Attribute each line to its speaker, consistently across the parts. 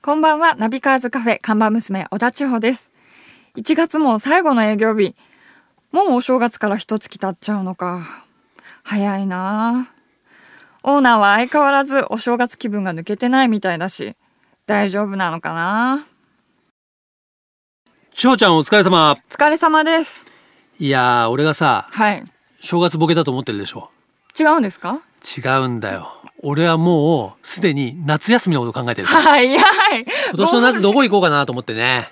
Speaker 1: こんばんは、ナビカーズカフェ看板娘、小田千穂です。1月も最後の営業日。もうお正月から一月経っちゃうのか。早いなあオーナーは相変わらずお正月気分が抜けてないみたいだし、大丈夫なのかな
Speaker 2: 千穂ちゃんお疲れ様
Speaker 1: お疲れ様です。
Speaker 2: いやー俺がさ
Speaker 1: はい。
Speaker 2: 正月ボケだと思ってるでしょ
Speaker 1: 違うんですか
Speaker 2: 違うんだよ俺はもうすでに夏休みのこと考えて るから
Speaker 1: はい、はい。
Speaker 2: 今年の夏どこ行こうかなと思ってね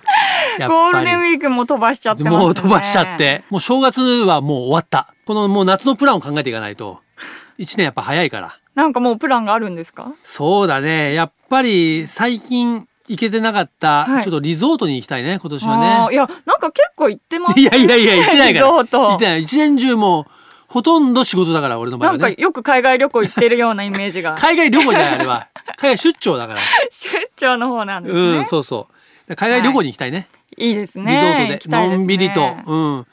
Speaker 2: やっ
Speaker 1: ゴールデンウ
Speaker 2: ぱ
Speaker 1: ィークも飛ばしちゃって
Speaker 2: り
Speaker 1: ますね。
Speaker 2: もう飛ばしちゃっ。てもう正月はもう終わったこのもう夏のプランを考えていかないと1年やっぱ早いから
Speaker 1: なんかもうプランがあるんですか
Speaker 2: そうだねやっぱり最近行けてなかった、
Speaker 1: はい
Speaker 2: ちょっとリゾートに行きたいね今年
Speaker 1: あ
Speaker 2: は
Speaker 1: ー
Speaker 2: ね
Speaker 1: いや、なんか結構行ってます
Speaker 2: いやいやいや行ってないから
Speaker 1: リゾート
Speaker 2: 行ってない一年中もうほとんど仕事だから俺の場
Speaker 1: な
Speaker 2: 合は
Speaker 1: ん
Speaker 2: ね
Speaker 1: かよく海外旅行行ってるようなイメージが
Speaker 2: 海外旅行じゃないあ れは海外出張だから
Speaker 1: 出張の方なんですね、
Speaker 2: うんそうそう海外旅行に行きたいね、
Speaker 1: いいですね
Speaker 2: リゾー
Speaker 1: 行
Speaker 2: ト
Speaker 1: き
Speaker 2: で
Speaker 1: たい
Speaker 2: の
Speaker 1: すね
Speaker 2: んびりと、うん、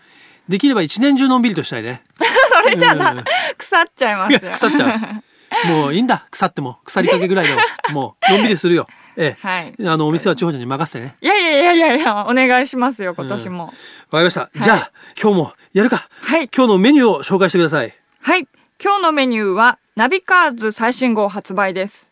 Speaker 2: できれば一年中のんびりとしたいね
Speaker 1: それじゃあだ、
Speaker 2: うん
Speaker 1: 腐っちゃいます
Speaker 2: いや腐っちゃ うもういいんだ腐っても腐りかけぐらいでももうのんびりするよええ、
Speaker 1: はい
Speaker 2: あのお店は千穂ちゃんに任せてね
Speaker 1: いやいやいやいやいやお願いしますよ今年も、
Speaker 2: わかりました、じゃあ今日もやるか
Speaker 1: はい
Speaker 2: 今日のメニューを紹介してください
Speaker 1: はい今日のメニューはナビカーズ最新号発売です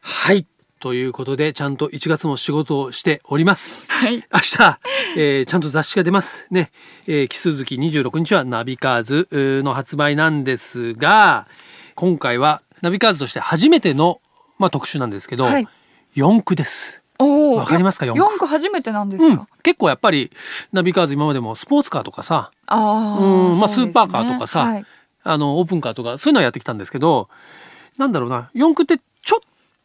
Speaker 2: はいということでちゃんと1月も仕事をしております
Speaker 1: はい
Speaker 2: 明日、えーちゃんと雑誌が出ますね。えー、木鈴木26日はナビカーズえーの発売なんですが、今回はナビカーズとして初めての、まあ、特集なんですけど、
Speaker 1: はい
Speaker 2: 四区です。
Speaker 1: おお
Speaker 2: わかりますか四
Speaker 1: 四
Speaker 2: 駆
Speaker 1: 駆初めてなんです
Speaker 2: う
Speaker 1: か、
Speaker 2: ん、結構やっぱりナビカーズ今までもスポーツカーとかさ、
Speaker 1: ああ、
Speaker 2: うんまあ
Speaker 1: そうですね
Speaker 2: スーパーカーとかさ
Speaker 1: はい、
Speaker 2: あのオープンカーとかそういうのはやってきたんですけど、なんだろうな、四駆ってちょっ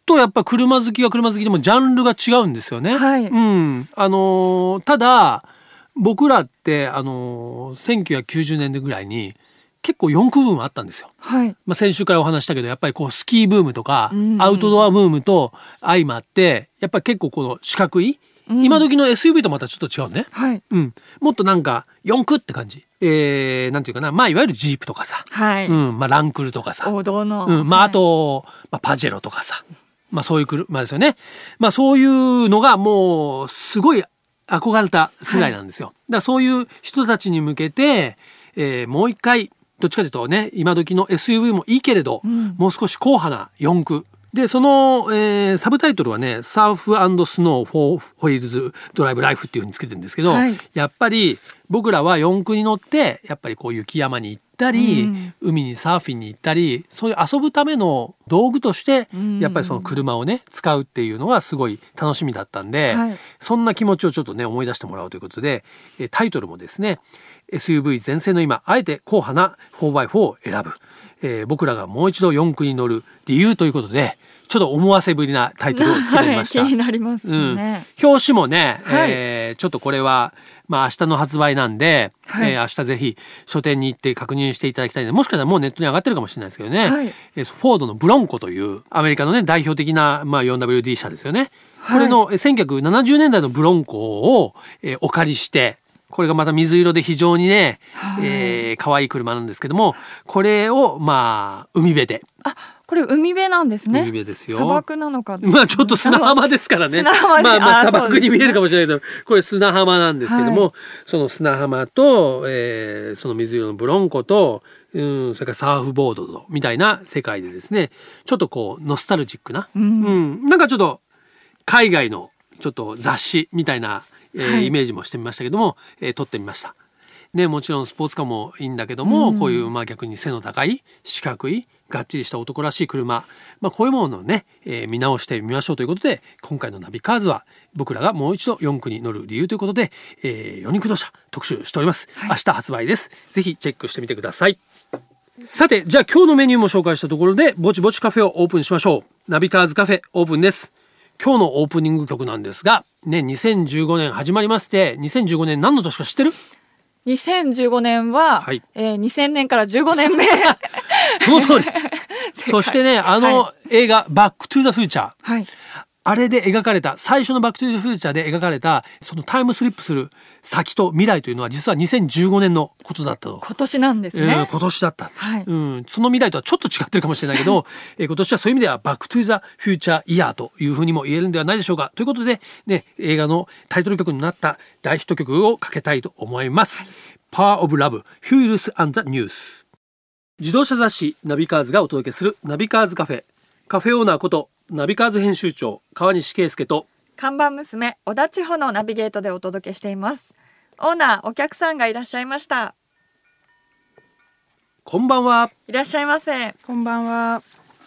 Speaker 2: とやっぱ車好きが車好きでもジャンルが違うんですよね。
Speaker 1: はい
Speaker 2: うん、あのーただ僕らってあのー1990年ぐらいに結構四駆ブームあったんですよ。
Speaker 1: はい、
Speaker 2: まあ、先週からお話したけどやっぱりこうスキーブームとか
Speaker 1: うんうん
Speaker 2: アウトドアブームと相まってやっぱり結構この四角い、
Speaker 1: うん
Speaker 2: 今時の SUV とまたちょっと違うね。
Speaker 1: はい
Speaker 2: うん、もっとなんか四駆って感じ、えー、なんていうかなまあいわゆるジープとかさ、
Speaker 1: はい、
Speaker 2: うんまあ、ランクルとかさ
Speaker 1: 王道の、
Speaker 2: うん、まあ
Speaker 1: はい
Speaker 2: あと、まあ、パジェロとかさ、まあ、そういう車ですよね、まあ、そういうのがもうすごい憧れた世代なんですよ。だからそういう人たちに向けて、えーもう一回どっちかというとね今時の SUV もいいけれど、
Speaker 1: うん
Speaker 2: もう少し硬派な四駆でその、えーサブタイトルはね「サーフスノー・フォー・ホイールズ・ドライブ・ライフ」っていうふうにつけてるんですけど、
Speaker 1: はい
Speaker 2: やっぱり僕らは四駆に乗ってやっぱりこう雪山に行ったり、
Speaker 1: うん
Speaker 2: 海にサーフィンに行ったりそういう遊ぶための道具として
Speaker 1: うん
Speaker 2: やっぱりその車をね使うっていうのがすごい楽しみだったんで、
Speaker 1: はい
Speaker 2: そんな気持ちをちょっとね思い出してもらおうということでえータイトルもですね SUV 全盛の今あえて硬派な 4x4 を選ぶ、えー僕らがもう一度四駆に乗る理由ということでちょっと思わせぶりなタイトルをつけてみまし た。
Speaker 1: はい、気になります
Speaker 2: うん
Speaker 1: ね、
Speaker 2: 表紙もね、
Speaker 1: はい
Speaker 2: えーちょっとこれは、まあ、明日の発売なんで、
Speaker 1: はい
Speaker 2: えー明日ぜひ書店に行って確認していただきたいのでもしかしたらもうネットに上がってるかもしれないですけどね、
Speaker 1: はい
Speaker 2: えーフォードのブロンコというアメリカのね代表的な、まあ、4WD 車ですよね。
Speaker 1: はい
Speaker 2: これのえー1970年代のブロンコを、えーお借りしてこれがまた水色で非常にね、
Speaker 1: はい
Speaker 2: えー可愛い車なんですけどもこれをまあ海辺で
Speaker 1: あ、これ海辺なんですね。
Speaker 2: 海辺ですよ
Speaker 1: 砂漠なのか。
Speaker 2: まあちょっと砂浜ですからね。
Speaker 1: 砂浜で
Speaker 2: まあまあ
Speaker 1: あー
Speaker 2: 砂漠に
Speaker 1: そうですね
Speaker 2: 見えるかもしれないけど、これ砂浜なんですけども、その砂浜と、えーその水色のブロンコと、うん、それからサーフボードと、みたいな世界でですね、ちょっとこう、ノスタルジックな、
Speaker 1: うん
Speaker 2: うんなんかちょっと、海外のちょっと雑誌みたいな、えー
Speaker 1: はい
Speaker 2: イメージもしてみましたけども、えー撮ってみました。ね、もちろんスポーツカーもいいんだけども、
Speaker 1: うん
Speaker 2: こういうまあ逆に背の高い四角いがっちりした男らしい車、まあ、こういうものをね、えー見直してみましょうということで今回の「ナビカーズ」は僕らがもう一度四駆に乗る理由ということで、えー、4人駆動車特集しております、
Speaker 1: はい
Speaker 2: 明日発売ですぜひチェックしてみてくださいさてじゃあ今日のメニューも紹介したところでぼちぼちカフェをオープンしましょうナビカーズカフェオープンです今日のオープニング曲なんですがね2015年始まりまして2015年何の年か知ってる
Speaker 1: 2015年は、
Speaker 2: はい
Speaker 1: えー2000年から15年目。
Speaker 2: その通 り
Speaker 1: 正解
Speaker 2: そしてねあの
Speaker 1: は
Speaker 2: 映画「バック・トゥ・ザ・フューチャー
Speaker 1: はい。」
Speaker 2: あれで描かれた最初の「バック・トゥ・ザ・フューチャー」で描かれたそのタイムスリップする先と未来というのは実は2015年のことだったと。
Speaker 1: 今年なんです
Speaker 2: うん
Speaker 1: ね。
Speaker 2: 今年だった、
Speaker 1: はい
Speaker 2: うん、その未来とはちょっと違ってるかもしれない けど、えー今年はそういう意味では「バック・トゥ・ザ・フューチャー・イヤー」というふうにも言えるんではないでしょうかということで、ね、映画のタイトル曲になった大ヒット曲をかけたいと思います。パワーオブラブヒュールスアンザニュース自動車雑誌ナビカーズがお届けするナビカーズカフェカフェオーナーことナビカーズ編集長川西圭介と
Speaker 1: 看板娘小田千穂のナビゲートでお届けしています。オーナーお客さんがいらっしゃいました。
Speaker 2: こんばんはい
Speaker 1: らっしゃいませ。
Speaker 3: こんばんは。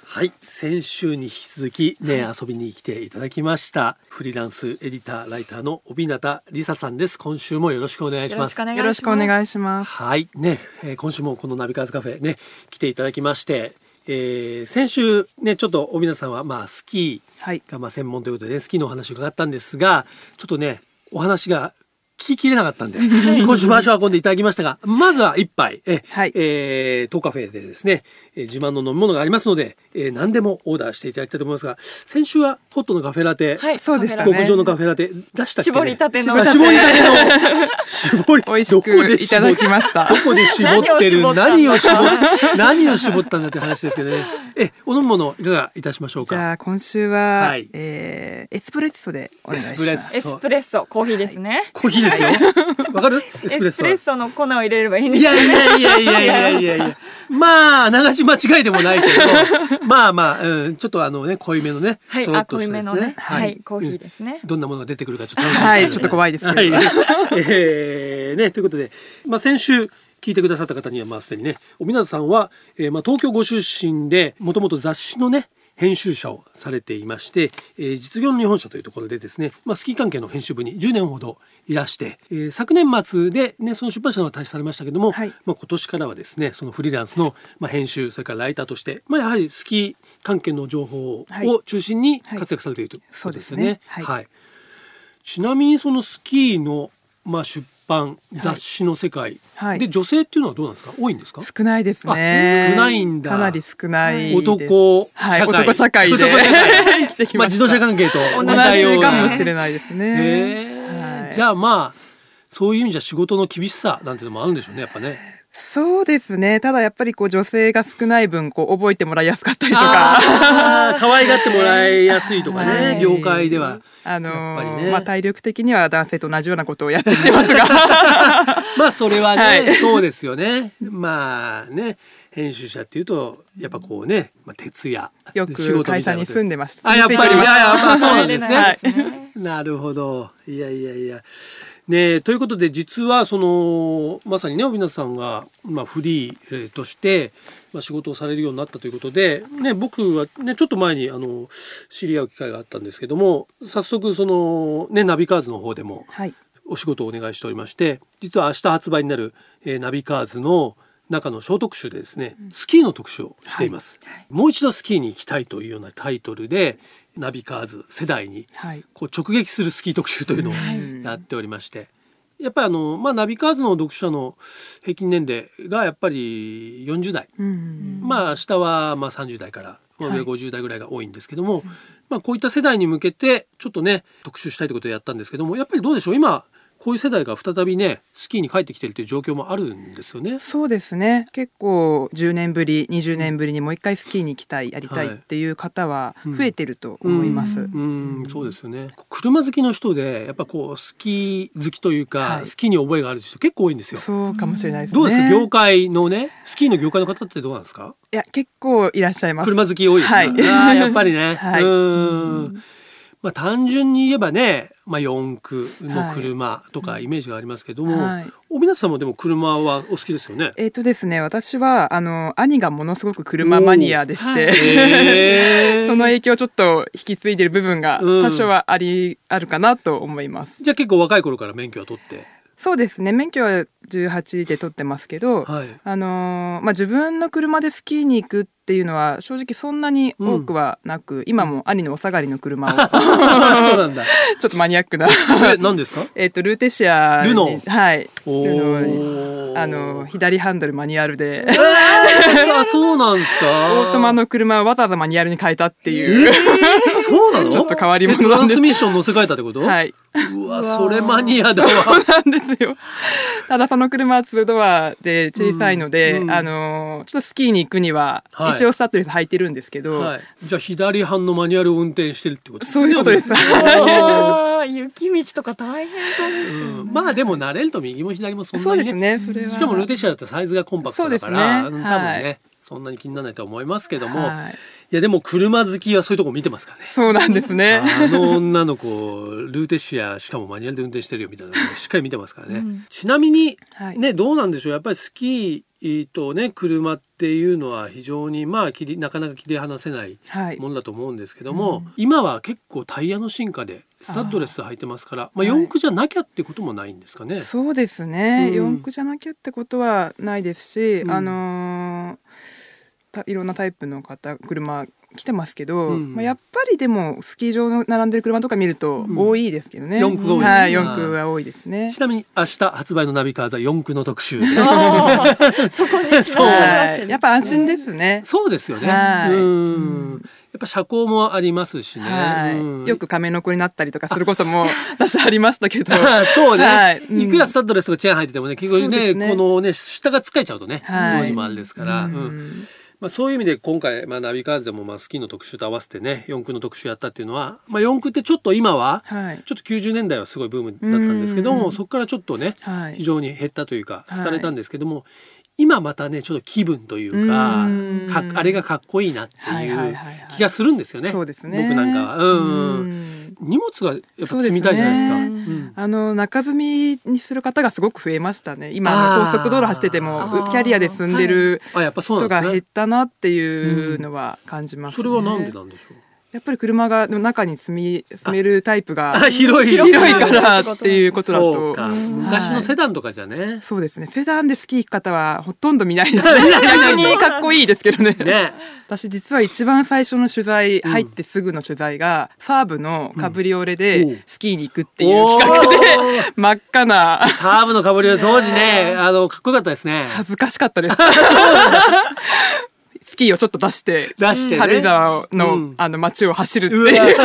Speaker 2: はい先週に引き続きね、遊びに来ていただきましたフリーランスエディターライターの帯名理沙さんです今週もよろしくお願いし
Speaker 1: よろ
Speaker 2: ま
Speaker 1: し
Speaker 2: す
Speaker 1: くお願いします。
Speaker 3: よろしくお願いします。
Speaker 2: はいね、えー今週もこのナビカーズカフェね来ていただきまして、えー先週ねちょっと帯名さんはまあスキー
Speaker 3: はい。
Speaker 2: がまあ専門ということで、ね、スキーのお話を伺ったんですがちょっとねお話が聞ききれなかったんで今週も足を運んでいただきましたがまずは一杯え、
Speaker 3: はい
Speaker 2: えー当カフェでですね、えー自慢の飲み物がありますので、えー何でもオーダーしていただきたいと思いますが先週はホットのカフェラテ、
Speaker 1: はい、
Speaker 3: そうでしたね
Speaker 2: 極上のカフェラテ出したっけ、ね、
Speaker 1: 絞りたての
Speaker 2: あ絞りたての絞り
Speaker 3: 美味し
Speaker 2: どこ
Speaker 3: く
Speaker 2: で
Speaker 3: いた
Speaker 2: 絞
Speaker 3: だ
Speaker 2: り
Speaker 3: きました
Speaker 2: ど。こで絞ってる何
Speaker 1: 何
Speaker 2: を
Speaker 1: を
Speaker 2: 絞
Speaker 1: 絞
Speaker 2: っ
Speaker 1: った
Speaker 2: 何を絞ったんだって話ですけどねえお飲み物いかがいたしましょう
Speaker 3: じ
Speaker 2: か
Speaker 3: ゃあ今週は、
Speaker 2: はい
Speaker 3: えーエスプレッソでお願いし
Speaker 2: エ
Speaker 3: ま
Speaker 2: スプレ
Speaker 3: す。
Speaker 2: ッソ
Speaker 1: エスプレッソコーヒーですね。
Speaker 2: コーヒーですよわかるエ
Speaker 1: エ
Speaker 2: スプレッ
Speaker 1: ス
Speaker 2: ソ
Speaker 1: プ
Speaker 2: は
Speaker 1: レッソの粉を入れればいいんで
Speaker 2: い
Speaker 1: す。
Speaker 2: やいやいやいやいやい やいやまああながち間違いでもないけどまあまあ、うん、ちょっとあのね濃いめのね
Speaker 1: はい、
Speaker 2: とろ
Speaker 1: あ、
Speaker 2: っと
Speaker 1: 濃
Speaker 2: し
Speaker 1: い
Speaker 2: た
Speaker 1: め
Speaker 2: で
Speaker 1: の
Speaker 2: すね
Speaker 1: ね、はい、コーヒ
Speaker 2: うん
Speaker 1: ーですね。
Speaker 2: どんなものが出てくるかちょっと楽しみですね
Speaker 3: はいちょっと怖いですけど
Speaker 2: はいえーねということで、まあ、先週聞いてくださった方にはまあすでにねおみなさんは、えーまあ、東京ご出身でもともと雑誌のね編集者をされていまして、えー実業の日本社というところでですね、まあ、スキー関係の編集部に10年ほどいらして、えー昨年末で、ね、その出版社の方は退社されましたけども、
Speaker 3: はい
Speaker 2: まあ、今年からはですねそのフリーランスの、まあ、編集それからライターとして、まあ、やはりスキー関係の情報
Speaker 3: はい
Speaker 2: を中心に
Speaker 3: はい
Speaker 2: 活躍されているということですよ
Speaker 3: そう
Speaker 2: ね
Speaker 3: ですね。はい
Speaker 2: はいちなみにそのスキーの、まあ、出版雑誌の世界、
Speaker 3: はい
Speaker 2: で女性っていうのはどうなんですか多いんですか
Speaker 3: 少ないですね。
Speaker 2: あ少ないんだ
Speaker 3: かなり少ないです。
Speaker 2: 男
Speaker 3: はい、
Speaker 2: 社会
Speaker 3: 男社会で
Speaker 2: 男社
Speaker 3: 生きてき
Speaker 2: まあ
Speaker 3: ま
Speaker 2: 自
Speaker 3: した。
Speaker 2: 動車関係と同
Speaker 3: 同じかもし
Speaker 2: ない、
Speaker 3: れないです
Speaker 2: へ
Speaker 3: ね。
Speaker 2: ー
Speaker 3: はい
Speaker 2: じゃあまあそういう意味じゃ仕事の厳しさなんてのもあるんでしょうねやっぱね。
Speaker 3: そうですね。ただやっぱりこう女性が少ない分こう覚えてもらいやすかったりとか。
Speaker 2: あー可愛がってもらいやすいとかね、
Speaker 1: はい
Speaker 2: 業界では。
Speaker 3: あの
Speaker 2: やっぱ
Speaker 3: ー
Speaker 2: りね
Speaker 3: まあ体力的には男性と同じようなことをやってきてます が、
Speaker 2: まあそれはね、
Speaker 3: はい
Speaker 2: そうですよね。まあね編集者っていうとやっぱこうね、まあ、徹夜
Speaker 3: よく会社に住ん
Speaker 2: で
Speaker 3: でました。
Speaker 2: あやっぱりいやいやまあそうなんですね。
Speaker 1: 入れないですね
Speaker 2: なるほどいやいやいや。ねえということで実はそのまさにね皆さんが、まあ、フリーえーとして、まあ、仕事をされるようになったということで、ね、僕は、ね、ちょっと前にあの知り合う機会があったんですけども早速その、ね、ナビカーズの方でも
Speaker 3: はい。
Speaker 2: お仕事をお願いしておりまして実は明日発売になる、えーナビカーズの中の小特集でですね、スキーの特集をしています、もう一度スキーに行きたいというようなタイトルでナビカーズ世代に
Speaker 3: はい。
Speaker 2: こう直撃するスキー特集というのを
Speaker 3: はい
Speaker 2: やっておりまして、やっぱりあの、まあ、ナビカーズの読者の平均年齢がやっぱり40代
Speaker 3: うん。
Speaker 2: まあ下はまあ30代からまあ
Speaker 3: はい
Speaker 2: 上50代ぐらいが多いんですけども、まあこういった世代に向けてちょっとね特集したいということでやったんですけどもやっぱりどうでしょう今こういう世代が再びねスキーに帰ってきてるという状況もあるんですよね。
Speaker 3: そうですね結構10年ぶり20年ぶりにもう一回スキーに行きたいやりたい
Speaker 2: はい
Speaker 3: っていう方は
Speaker 2: うん
Speaker 3: 増えてると思います、
Speaker 1: うん
Speaker 2: うんそうですよね車好きの人でやっぱこうスキー好きというか、
Speaker 3: はい
Speaker 2: スキーに覚えがある人結構多いんですよ。
Speaker 3: そうかもしれないですね
Speaker 2: どうですか業界のねスキーの業界の方ってどうなんですか
Speaker 3: いや結構いらっしゃいます
Speaker 2: 車好き多いですか、
Speaker 3: はい
Speaker 2: ああやっぱりね、
Speaker 3: はいう
Speaker 2: ーんまあ単純に言えばね、まあ、四駆の車とかイメージがありますけども、
Speaker 3: はい。
Speaker 2: お皆さんもでも車はお好きですよね
Speaker 3: えっ、とですね私はあの兄がものすごく車マニアでして、
Speaker 2: へー
Speaker 3: その影響をちょっと引き継いでる部分が
Speaker 2: うん
Speaker 3: 多少はあり、あるかなと思います
Speaker 2: じゃあ結構若い頃から免許は取って
Speaker 3: そうですね免許は18で撮ってますけど、
Speaker 2: はい。
Speaker 3: あのーまあ、自分の車でスキーに行くっていうのは正直そんなに多くはなく、今も兄のお下がり の車をち
Speaker 2: そうなんだ。
Speaker 3: ょっとマニアッ クな
Speaker 2: え、何ですか
Speaker 3: えっとルーテシアに
Speaker 2: ルノー
Speaker 3: はい、
Speaker 2: お
Speaker 3: ルノーに
Speaker 2: ー
Speaker 3: あのー左ハンドルマニュアルで
Speaker 2: えー、 さあそうなんです
Speaker 3: オ
Speaker 2: か
Speaker 3: ートマの車をわざわざマニュアルに変えたっていう、
Speaker 2: そうなの
Speaker 3: ちょっと変わり者
Speaker 2: えト
Speaker 3: な
Speaker 2: ラ
Speaker 3: ん
Speaker 2: ン
Speaker 3: です
Speaker 2: スミッション乗せ替えたってこと、
Speaker 3: はい
Speaker 2: う
Speaker 1: う
Speaker 2: わ
Speaker 1: わー
Speaker 2: それマニアだわ
Speaker 3: なんですよ。ただその車は2ドアで小さいので、
Speaker 2: うんうん
Speaker 3: あのーちょっとスキーに行くには、
Speaker 2: はい
Speaker 3: 一応スタッドレス履いてるんですけど、
Speaker 2: はい、じゃあ左半のマニュアルを運転してるってこと
Speaker 3: そういうことです。
Speaker 1: あー 雪道とか大変そうですよね、
Speaker 2: うんまあでも慣れると右も左もそん
Speaker 3: そ
Speaker 2: な
Speaker 3: う
Speaker 2: に
Speaker 3: で
Speaker 2: ね
Speaker 3: すね。それは。
Speaker 2: しかもルーテシアだったらサイズがコンパクトだから、
Speaker 3: そう
Speaker 2: う
Speaker 3: です
Speaker 2: ん
Speaker 3: ね
Speaker 2: 多分ね、
Speaker 3: はい
Speaker 2: そんなに気にならないと思いますけども、い、
Speaker 3: はい
Speaker 2: やでも車好きはそういうとこ見てますからね
Speaker 3: そうなんですね。
Speaker 2: あの女の子ルーテシアしかもマニュアルで運転してるよみたいなのをしっかり見てますからね、
Speaker 1: うん
Speaker 2: ちなみに
Speaker 3: はい。
Speaker 2: ね、どうなんでしょうやっぱりスキーとね車っていうのは非常にまあ切りなかなか切り離せない
Speaker 3: はい。
Speaker 2: ものだと思うんですけども、
Speaker 3: うん
Speaker 2: 今は結構タイヤの進化でスタッドレス履いてますからまあ、
Speaker 3: はい
Speaker 2: 四駆じゃなきゃってこともないんですかね。
Speaker 3: そうですね。
Speaker 2: うん
Speaker 3: 四駆じゃなきゃってことはないですし、
Speaker 2: うん
Speaker 3: あのーたいろんなタイプの方車来てますけど、
Speaker 2: うん
Speaker 3: まあやっぱりでもスキー場の並んでる車とか見ると
Speaker 2: うん
Speaker 3: 多いですけどね。
Speaker 2: 四駆が多いですね
Speaker 3: はい、四駆は多いですね。
Speaker 2: ちなみに明日発売のナビカーザ四駆の特集
Speaker 1: あーそこに繋がってる
Speaker 2: そう
Speaker 3: はいやっぱ安心ですね。
Speaker 2: そうですよね。
Speaker 3: はい
Speaker 2: うん
Speaker 3: うん
Speaker 2: やっぱ車高もありますしね。
Speaker 3: はい、
Speaker 2: うん
Speaker 3: よく亀の子になったりとかすることも 私ありましたけど。は
Speaker 2: あ そうね、
Speaker 3: はいいうん
Speaker 2: くらスタッドレスとかチェーン履いててもね結局
Speaker 3: そうで
Speaker 2: ね
Speaker 3: すね
Speaker 2: このね下が使えちゃうとね、
Speaker 3: はい
Speaker 2: こういうのもあれですから、うんまあ、そういう意味で今回、まあ、ナビカーズでもまあスキーの特集と合わせてね四駆の特集やったっていうのは、まあ、四駆ってちょっと今は
Speaker 3: はい。
Speaker 2: ちょっと90年代はすごいブームだったんですけど
Speaker 3: うんうんう
Speaker 2: も
Speaker 3: ん
Speaker 2: そこからちょっとね
Speaker 3: はい。
Speaker 2: 非常に減ったというか
Speaker 3: はい
Speaker 2: 廃れたんですけども、今またねちょっと気分というか
Speaker 3: うん
Speaker 2: かあれがかっこいいなって
Speaker 3: はい
Speaker 2: い
Speaker 3: はいはいうはい
Speaker 2: 気がするんですよね,、
Speaker 3: そうですね。
Speaker 2: 僕なんかは。うんうん
Speaker 3: うん
Speaker 2: 荷物がやっぱ積みたいじゃないですか。
Speaker 1: そうですね
Speaker 2: うん
Speaker 3: あの中積みにする方がすごく増えましたね。今あの
Speaker 2: あー
Speaker 3: 高速道路走ってても
Speaker 1: あー
Speaker 3: キャリアで住んでる
Speaker 2: あやっぱそうな
Speaker 3: 人
Speaker 2: んで
Speaker 3: が
Speaker 2: す
Speaker 3: 減
Speaker 2: ね
Speaker 3: ったなっていうのは感じます、ね
Speaker 2: それはなんでなんでしょう
Speaker 3: やっぱり車がでも中に積み積めるタイプが
Speaker 2: あ広い
Speaker 3: 広いからっていうことだ
Speaker 2: そう
Speaker 3: と。
Speaker 2: か
Speaker 1: うん
Speaker 2: 昔のセダンとかじゃね、
Speaker 3: そうですね。セダンでスキー行く方はほとんど見ないですね。
Speaker 2: 見ない見ない
Speaker 3: 逆にかっこいいですけどね。
Speaker 2: ね
Speaker 3: 私実は一番最初の取材、
Speaker 2: ん
Speaker 3: 入ってすぐの取材が、サーブのカブリオレ
Speaker 2: うんおう
Speaker 3: でスキーに行くっていう企画で、
Speaker 2: で
Speaker 3: 真っ赤な、
Speaker 2: サーブのかぶりは当時ね、あの、かっこよかったですね。
Speaker 3: 恥ずかしかっ たです。スキーをちょっと出して、
Speaker 2: 出してね
Speaker 3: 軽井沢の,、
Speaker 2: うん
Speaker 3: あの街を走 るって
Speaker 2: うわ
Speaker 3: いう。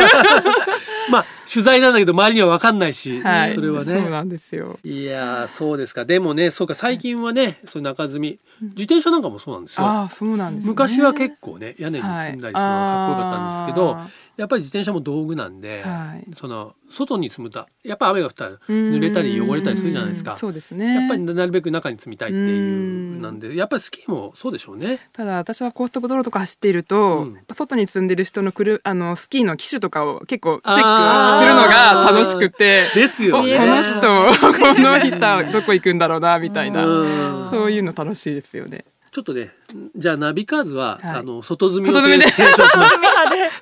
Speaker 2: まあ、取材なんだけど、周りには分かんないし、
Speaker 3: はい、
Speaker 2: それは
Speaker 3: そう
Speaker 2: ね。
Speaker 3: なんですよ。
Speaker 2: いやー、そうですか。でもね、そうか、最近はね、そういう中積み、自転車なんかもそうなんですよ。
Speaker 3: ああ、そうなんです、ね。
Speaker 2: 昔は結構ね、屋根に積んだりするのがかっこよかったんですけど、
Speaker 3: はいあー
Speaker 2: やっぱり自転車も道具なんで、
Speaker 3: はい
Speaker 2: その、外に積むと、やっぱ雨が降ったら濡れたり汚れたりするじゃないです
Speaker 3: う
Speaker 2: か
Speaker 3: ん。そうですね。
Speaker 2: やっぱりなるべく中に積みたいっていううんなんでやっぱりスキーもそうでしょうね。
Speaker 3: ただ私は高速道路とか走っていると、
Speaker 2: うん
Speaker 3: やっぱ外に積んでる人のくるあのスキーの機種とかを結構チェックする
Speaker 2: あー
Speaker 3: のが楽しくて、
Speaker 2: です
Speaker 3: お
Speaker 2: よ
Speaker 3: こ
Speaker 2: ね。
Speaker 3: の人この人どこ行くんだろうなみたいな、
Speaker 2: うん
Speaker 3: そういうの楽しいですよね。
Speaker 2: ちょっとね、じゃあナビカーズは、
Speaker 3: はい
Speaker 2: あの外積みを
Speaker 3: 外積みで
Speaker 2: 提唱します。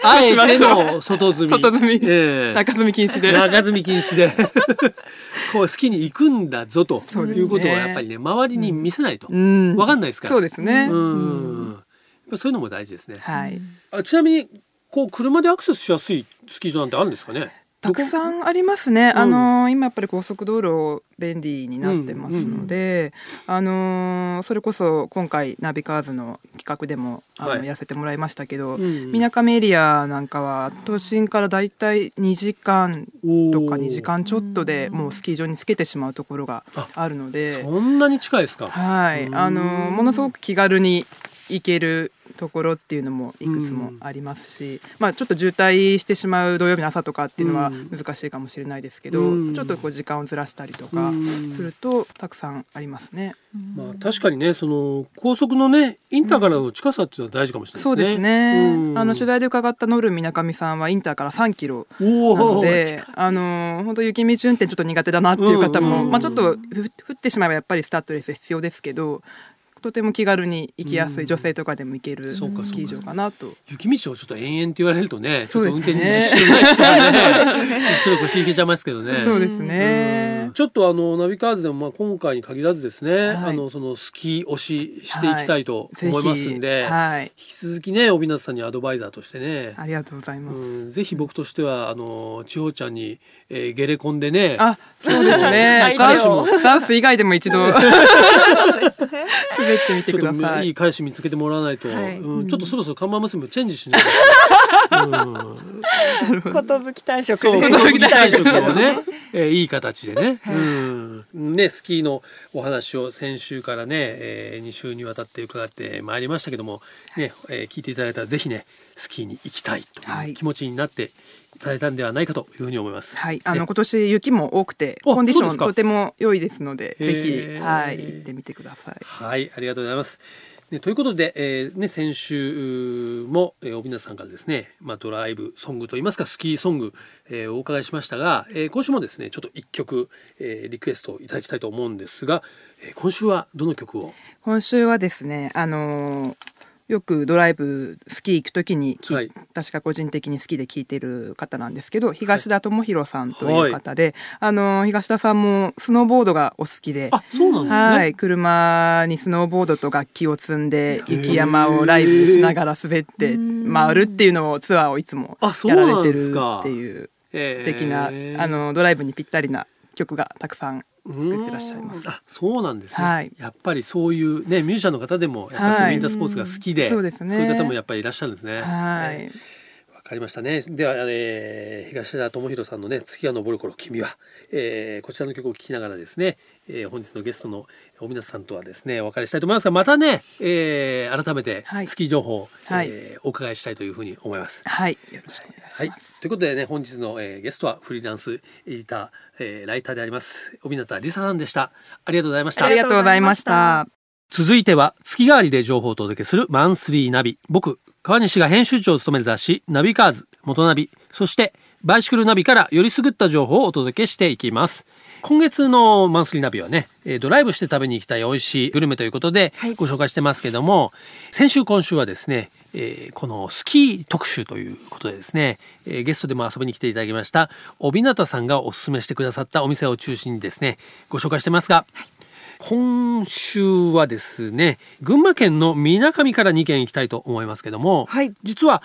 Speaker 2: あえての外積み。
Speaker 3: 外積み
Speaker 2: ええ
Speaker 3: 中積み禁止で。
Speaker 2: 中積み禁止 で。こう好きに行くんだぞと
Speaker 3: そうです
Speaker 2: い
Speaker 3: ね
Speaker 2: うことはやっぱりね、周りに見せないと、
Speaker 3: うん
Speaker 2: わかんないですから。
Speaker 3: そうですね。
Speaker 2: うんやっぱそういうのも大事ですね。
Speaker 3: はい。
Speaker 2: あちなみにこう車でアクセスしやすいスキー場なんてあるんですかね。
Speaker 3: たくさんありますね。
Speaker 2: ん
Speaker 3: あの今やっぱり高速道路便利になってますので、あのそれこそ今回ナビカーズの企画でもあの、
Speaker 2: はい
Speaker 3: やらせてもらいましたけど、み
Speaker 2: 港
Speaker 3: なかみエリアなんかは都心からだいたい2時間とか2時間ちょっとで
Speaker 1: うん
Speaker 3: もうスキー場につけてしまうところがあるので
Speaker 2: そんなに近いですか。
Speaker 3: はいあの
Speaker 2: うん
Speaker 3: ものすごく気軽に行けるところっていうのもいくつもありますし、まあ、ちょっと渋滞してしまう土曜日の朝とかっていうの
Speaker 2: う
Speaker 3: は
Speaker 2: ん
Speaker 3: 難しいかもしれないですけど、
Speaker 2: うん
Speaker 3: ちょっとこう時間をずらしたりと
Speaker 2: う
Speaker 3: か
Speaker 2: ん
Speaker 3: するとたくさんありますね。
Speaker 2: まあ確かにねその高速のねインターからの近さっていうのは大事かもしれな
Speaker 3: そ
Speaker 2: いうで
Speaker 3: ですす
Speaker 2: ね。
Speaker 3: ね、
Speaker 2: うん
Speaker 3: あの取材で伺ったノルみなかみさんはインターから3キロ
Speaker 2: お
Speaker 3: なの
Speaker 2: お。
Speaker 3: で、あの本当雪道運転ちょっと苦手だなっていう方
Speaker 2: うんうん
Speaker 3: も、
Speaker 2: うん
Speaker 3: まあちょっとふ降ってしまえばやっぱりスタッドレス必要ですけど、とても気軽に行きやす
Speaker 2: うん
Speaker 3: い女性とかでも行けるスキ
Speaker 2: そうかそうか
Speaker 3: ー場かなと。
Speaker 2: 雪道をちょっと延々って言われるとね、ち
Speaker 3: そ
Speaker 2: ょっ
Speaker 3: う
Speaker 2: と運
Speaker 3: ですね
Speaker 2: 転に自信ない人はね、ちちょっと腰引けちゃいますけどね。
Speaker 3: そうですね
Speaker 2: うん。ちょっとあのナビカーズでもまあ今回に限らずですね、
Speaker 3: い
Speaker 2: あのその好き推ししていきたいと思いますんで、
Speaker 3: はい、
Speaker 2: 引き続きね帯夏さんにアドバイザーとしてね、
Speaker 3: ありがとうございます。
Speaker 2: うん、ぜひ僕としてはあの千穂ちゃんに、えー、ゲレコンでね
Speaker 3: あ、そうで すね。ダ
Speaker 1: 相
Speaker 3: ン
Speaker 1: 手を
Speaker 3: ス、ダンス以外でも一度滑ってみて
Speaker 2: ちょ
Speaker 3: く
Speaker 2: っと
Speaker 3: ださ
Speaker 2: い
Speaker 3: い。
Speaker 2: い彼氏見つけてもらわないと、
Speaker 1: はい
Speaker 2: うん、ちょっとそろそろ看板娘もチェンジしないと、うん、
Speaker 1: 寿退職
Speaker 2: そう
Speaker 1: で
Speaker 2: 子供
Speaker 1: す
Speaker 2: 期待食をね、えーいい形でね、
Speaker 1: はい
Speaker 2: うん、ねスキーのお話を先週からね、え2週にわたって伺ってまいりましたけども、ねえー聞いていただいたらぜひねスキーに行きたいと
Speaker 3: は
Speaker 2: いう
Speaker 3: い
Speaker 2: 気持ちになっていただいたんではないかというふうに思います。
Speaker 3: はい、
Speaker 2: え
Speaker 3: あの今年雪も多くて、
Speaker 2: あ
Speaker 3: コンディシ
Speaker 2: そうで
Speaker 3: ョ
Speaker 2: す
Speaker 3: ン
Speaker 2: か
Speaker 3: とても良いですので、
Speaker 2: へー
Speaker 3: ぜひ、はい、行ってみてください。
Speaker 2: はい、ありがとうございます。ね、ということで、えーね、先週うーも、えー、帯名さんからですね、まあ、ドライブソングといいますかスキーソング、えーお伺いしましたが、えー今週もですねちょっと一曲、えーリクエストをいただきたいと思うんですが、えー今週はどの曲を
Speaker 3: 今週はですね、あのーよくドライブスキー行くときに聞い、
Speaker 2: はい
Speaker 3: 私が個人的に好きで聞いてる方なんですけど東田智博さんと
Speaker 2: はい
Speaker 3: いう方で、あのー東田さんもスノーボードがお好きで
Speaker 2: あそうなんですね。
Speaker 3: はい、車にスノーボードと楽器を積んで雪山をライブしながら滑って回るっていうのをツアーをいつも
Speaker 2: あそう
Speaker 3: やら
Speaker 2: なん
Speaker 3: れて
Speaker 2: です
Speaker 3: る
Speaker 2: か
Speaker 3: っていう
Speaker 2: えー
Speaker 3: 素敵な、あのドライブにぴったりな曲がたくさん作ってらっしゃいま
Speaker 2: う
Speaker 3: す
Speaker 2: ーんあそうなんですね、
Speaker 3: はい
Speaker 2: やっぱりそういうねミュージシャンの方でもやっぱりそういうウィンタースポーツが好きで,、
Speaker 3: はいうんそうですね
Speaker 2: そういう方もやっぱりいらっしゃるんですね。
Speaker 3: はい
Speaker 2: わかりましたね。では、えー東田智博さんのね、月が昇る頃君は、えーこちらの曲を聴きながらですね、えー本日のゲストの小湊さんとはですね、お別れしたいと思いますが、またね、えー改めて
Speaker 3: はい
Speaker 2: スキー情報を、
Speaker 3: はい
Speaker 2: えーお伺いしたいというふうに思います。
Speaker 3: はいよろしくお願い
Speaker 2: は
Speaker 3: し
Speaker 2: い
Speaker 3: ま、す、
Speaker 2: ということでね本日の、えーゲストはフリーランスエディター、えーライターであります小湊梨沙さんでしたありがとうございました
Speaker 3: ありがとうございました
Speaker 2: 続いては月替わりで情報をお届けするマンスリーナビ僕川西が編集長を務める雑誌ナビカーズ元ナビそしてバイシクルナビからよりすぐった情報をお届けしていきます今月のマンスリーナビはねえードライブして食べに行きたい美味しいグルメということで
Speaker 1: はい
Speaker 2: ご紹介してますけども、先週今週はですね、えーこのスキー特集ということでですね、えーゲストでも遊びに来ていただきました帯名さんがおすすめしてくださったお店を中心にですねご紹介してますが、今週はですね群馬県のみなかみから2軒行きたいと思いますけども、
Speaker 1: はい
Speaker 2: 実は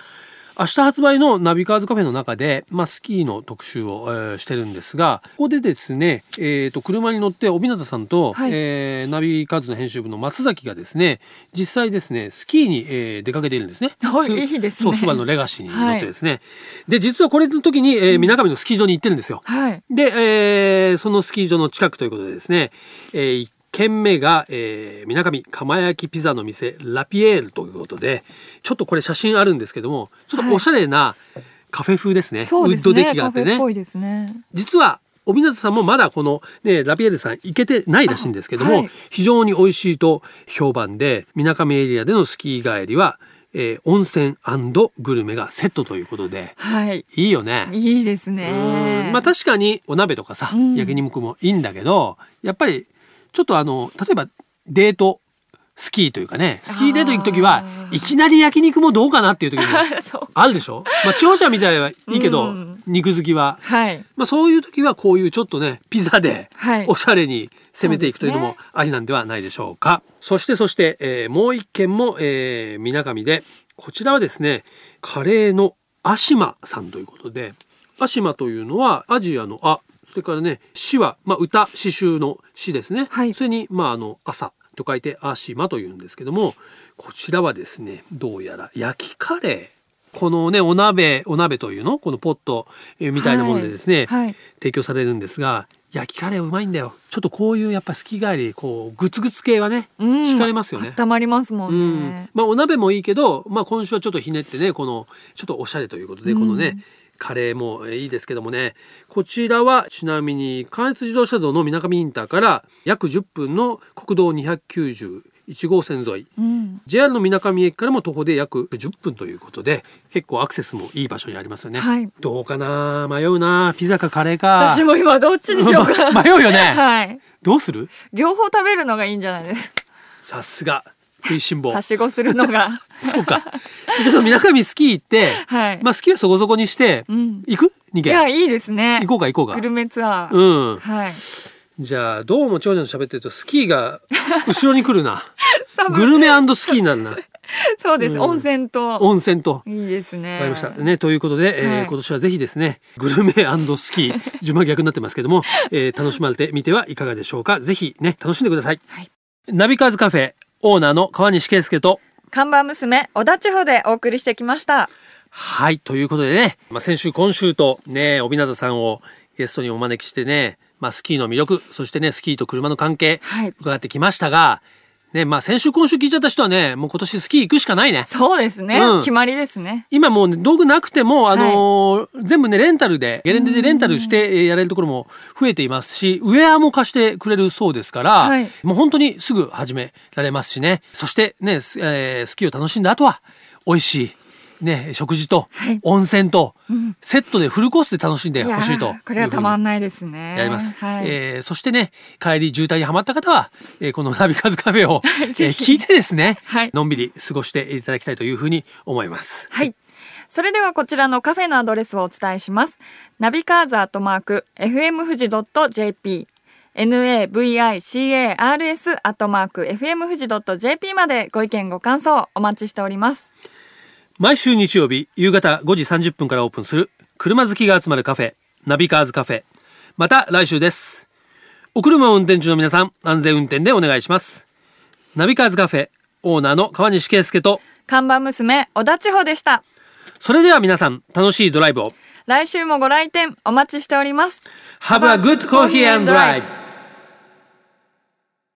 Speaker 2: 明日発売のナビカーズカフェの中で、まあ、スキーの特集を、えーしてるんですがここでですね、えー、と車に乗って帯名さんと、
Speaker 1: はい
Speaker 2: えーナビカーズの編集部の松崎がですね実際ですねスキーに、えー出かけているんですね。
Speaker 1: はい
Speaker 2: す
Speaker 1: いいですね
Speaker 2: そうスバルのレガシーに乗ってですね。で実はこれの時にえーみなかみのスキー場に行ってるんですよ。
Speaker 1: はい
Speaker 2: で、えーそのスキー場の近くということでですね、え1軒目が、えー、みなかみ釜焼きピザの店ラピエールということでちょっとこれ写真あるんですけどもちょっとおしゃれなカフェ風ですね,、
Speaker 1: そう
Speaker 2: ウ
Speaker 1: で
Speaker 2: ッ
Speaker 1: す
Speaker 2: ドデッ
Speaker 1: ね
Speaker 2: キがあ
Speaker 1: カ
Speaker 2: っ
Speaker 1: フ
Speaker 2: て
Speaker 1: ェっ
Speaker 2: ね
Speaker 1: ぽいですね
Speaker 2: 実は小湊さんもまだこの、ね、ラピエールさん行けてないらしいんですけども、
Speaker 1: あはい
Speaker 2: 非常に美味しいと評判でみなかみエリアでのスキー帰りは、えー温泉グルメがセットということで
Speaker 1: はい
Speaker 2: いいよね。
Speaker 1: いいです
Speaker 2: う
Speaker 1: ね
Speaker 2: んまあ確かにお鍋とかさ、
Speaker 1: うん
Speaker 2: 焼き肉もいいんだけどやっぱりちょっとあの例えばデートスキーというかねスキーデート行く時は
Speaker 1: あー
Speaker 2: いきなり焼き肉もどうかなっていう 時も
Speaker 1: そう
Speaker 2: あるでしょまあ地方者みたいはいいけど、
Speaker 1: うん
Speaker 2: 肉好きは、
Speaker 1: はい
Speaker 2: まあ、そういう時はこういうちょっとねピザで
Speaker 1: はい
Speaker 2: おしゃれに攻めていくというの
Speaker 1: そ
Speaker 2: も
Speaker 1: うで
Speaker 2: ありなんではないでしょうか。そしてそして、えーもう一軒もえーみなかみでこちらはですねカレーのアシマさんということでアシマというのはアジアの「あ」それからね「詩は、まあ、歌詩集の「詩ですね、
Speaker 1: はい
Speaker 2: それに「まあ、あの朝」と書いて「アシマ」というんですけどもこちらはですねどうやら焼きカレーこのねお鍋お鍋というのこのポットえーみたいなものでですね、
Speaker 1: はい
Speaker 2: 提供されるんですが焼きカレーうまいんだよちょっとこういうやっぱ好き帰りこうグツグツ系はね、
Speaker 1: うん
Speaker 2: 惹かれますよね
Speaker 1: 温まりますも
Speaker 2: うんん
Speaker 1: ね、
Speaker 2: まあお鍋もいいけど、まあ、今週はちょっとひねってねこのちょっとおしゃれということで、この
Speaker 1: う
Speaker 2: ね
Speaker 1: ん
Speaker 2: カレーもいいですけどもねこちらはちなみに関越自動車道のみなかみインターから約10分の国道291号線沿い
Speaker 1: うん、
Speaker 2: JR のみなかみ駅からも徒歩で約10分ということで結構アクセスもいい場所にありますよね、
Speaker 1: はい
Speaker 2: どうかな迷うなピザかカレーか
Speaker 1: 私も今どっちにしようか
Speaker 2: 迷うよね
Speaker 1: はい
Speaker 2: どうする
Speaker 1: 両方食べるのがいいんじゃないですか
Speaker 2: さすが食いしん坊
Speaker 1: は。しごするの が
Speaker 2: そうか。ちょっと水上スキー行って、
Speaker 1: はい、
Speaker 2: まあスキーはそこそこにして、
Speaker 1: うん
Speaker 2: 行く逃
Speaker 1: い
Speaker 2: げ。
Speaker 1: や
Speaker 2: 行
Speaker 1: いいですね
Speaker 2: こうか行こう
Speaker 1: グ
Speaker 2: か。
Speaker 1: ルメツアー、
Speaker 2: うん。
Speaker 1: はい
Speaker 2: じゃあ、どうも長女の喋ってると、スキーが後ろに来 るな。
Speaker 1: 寒い
Speaker 2: グルメスキーにな るな。
Speaker 1: そうです、
Speaker 2: うん
Speaker 1: 温泉と
Speaker 2: 温泉と。
Speaker 1: いいですね
Speaker 2: わかりました。ね、ということで、えー
Speaker 1: はい
Speaker 2: 今年はぜひですね、グルメス キー、順番逆になってますけども、えー楽しまれてみてはいかがでしょうか。ぜひね、楽しんでください。
Speaker 1: はい
Speaker 2: ナビカーズカフェ、オーナーの川西圭介と、
Speaker 1: 看板娘小田地方でお送りしてきました
Speaker 2: はい、ということでね、まあ、先週、今週とね、帯灘さんをゲストにお招きしてね、まあ、スキーの魅力、そしてね、スキーと車の関係、
Speaker 1: はい
Speaker 2: 伺ってきましたが、ね、まあ、先週、今週聞いちゃった人はね、もう今年スキー行くしかないね。
Speaker 1: そうですね、
Speaker 2: うん
Speaker 1: 決まりですね
Speaker 2: 今もうね、道具なくても、あのー全部ね、レンタルで、ゲレンデでレンタルしてえーやれるところも増えていますし、ウェアも貸してくれるそうですから、
Speaker 1: はい
Speaker 2: もう本当にすぐ始められますしね。そしてね、すえースキーを楽しんだ後は、美味しい。ね、食事と
Speaker 1: はい
Speaker 2: 温泉と
Speaker 1: ん
Speaker 2: セットでフルコースで楽しんで
Speaker 1: いや
Speaker 2: ほしいというふう
Speaker 1: ー
Speaker 2: に
Speaker 1: これはたまんないですね
Speaker 2: やります、
Speaker 1: はい、
Speaker 2: えーそしてね帰り渋滞にはまった方は、えーこのナビカズカフェを、えー聞いてですね、
Speaker 1: はい
Speaker 2: のんびり過ごしていただきたいというふうに思います。
Speaker 1: はい。それではこちらのカフェのアドレスをお伝えします。ナビカーズアットマーク fm 富士 .jp navicars アットマーク fm 富士 .jp までご意見ご感想お待ちしております。
Speaker 2: 毎週日曜日夕方5時30分からオープンする車好きが集まるカフェナビカーズカフェまた来週ですお車を運転中の皆さん安全運転でお願いしますナビカーズカフェオーナーの川西圭介と
Speaker 1: 看板娘小田千穂でした。
Speaker 2: それでは皆さん楽しいドライブを
Speaker 1: 来週もご来店お待ちしております。
Speaker 2: Have a good coffee and drive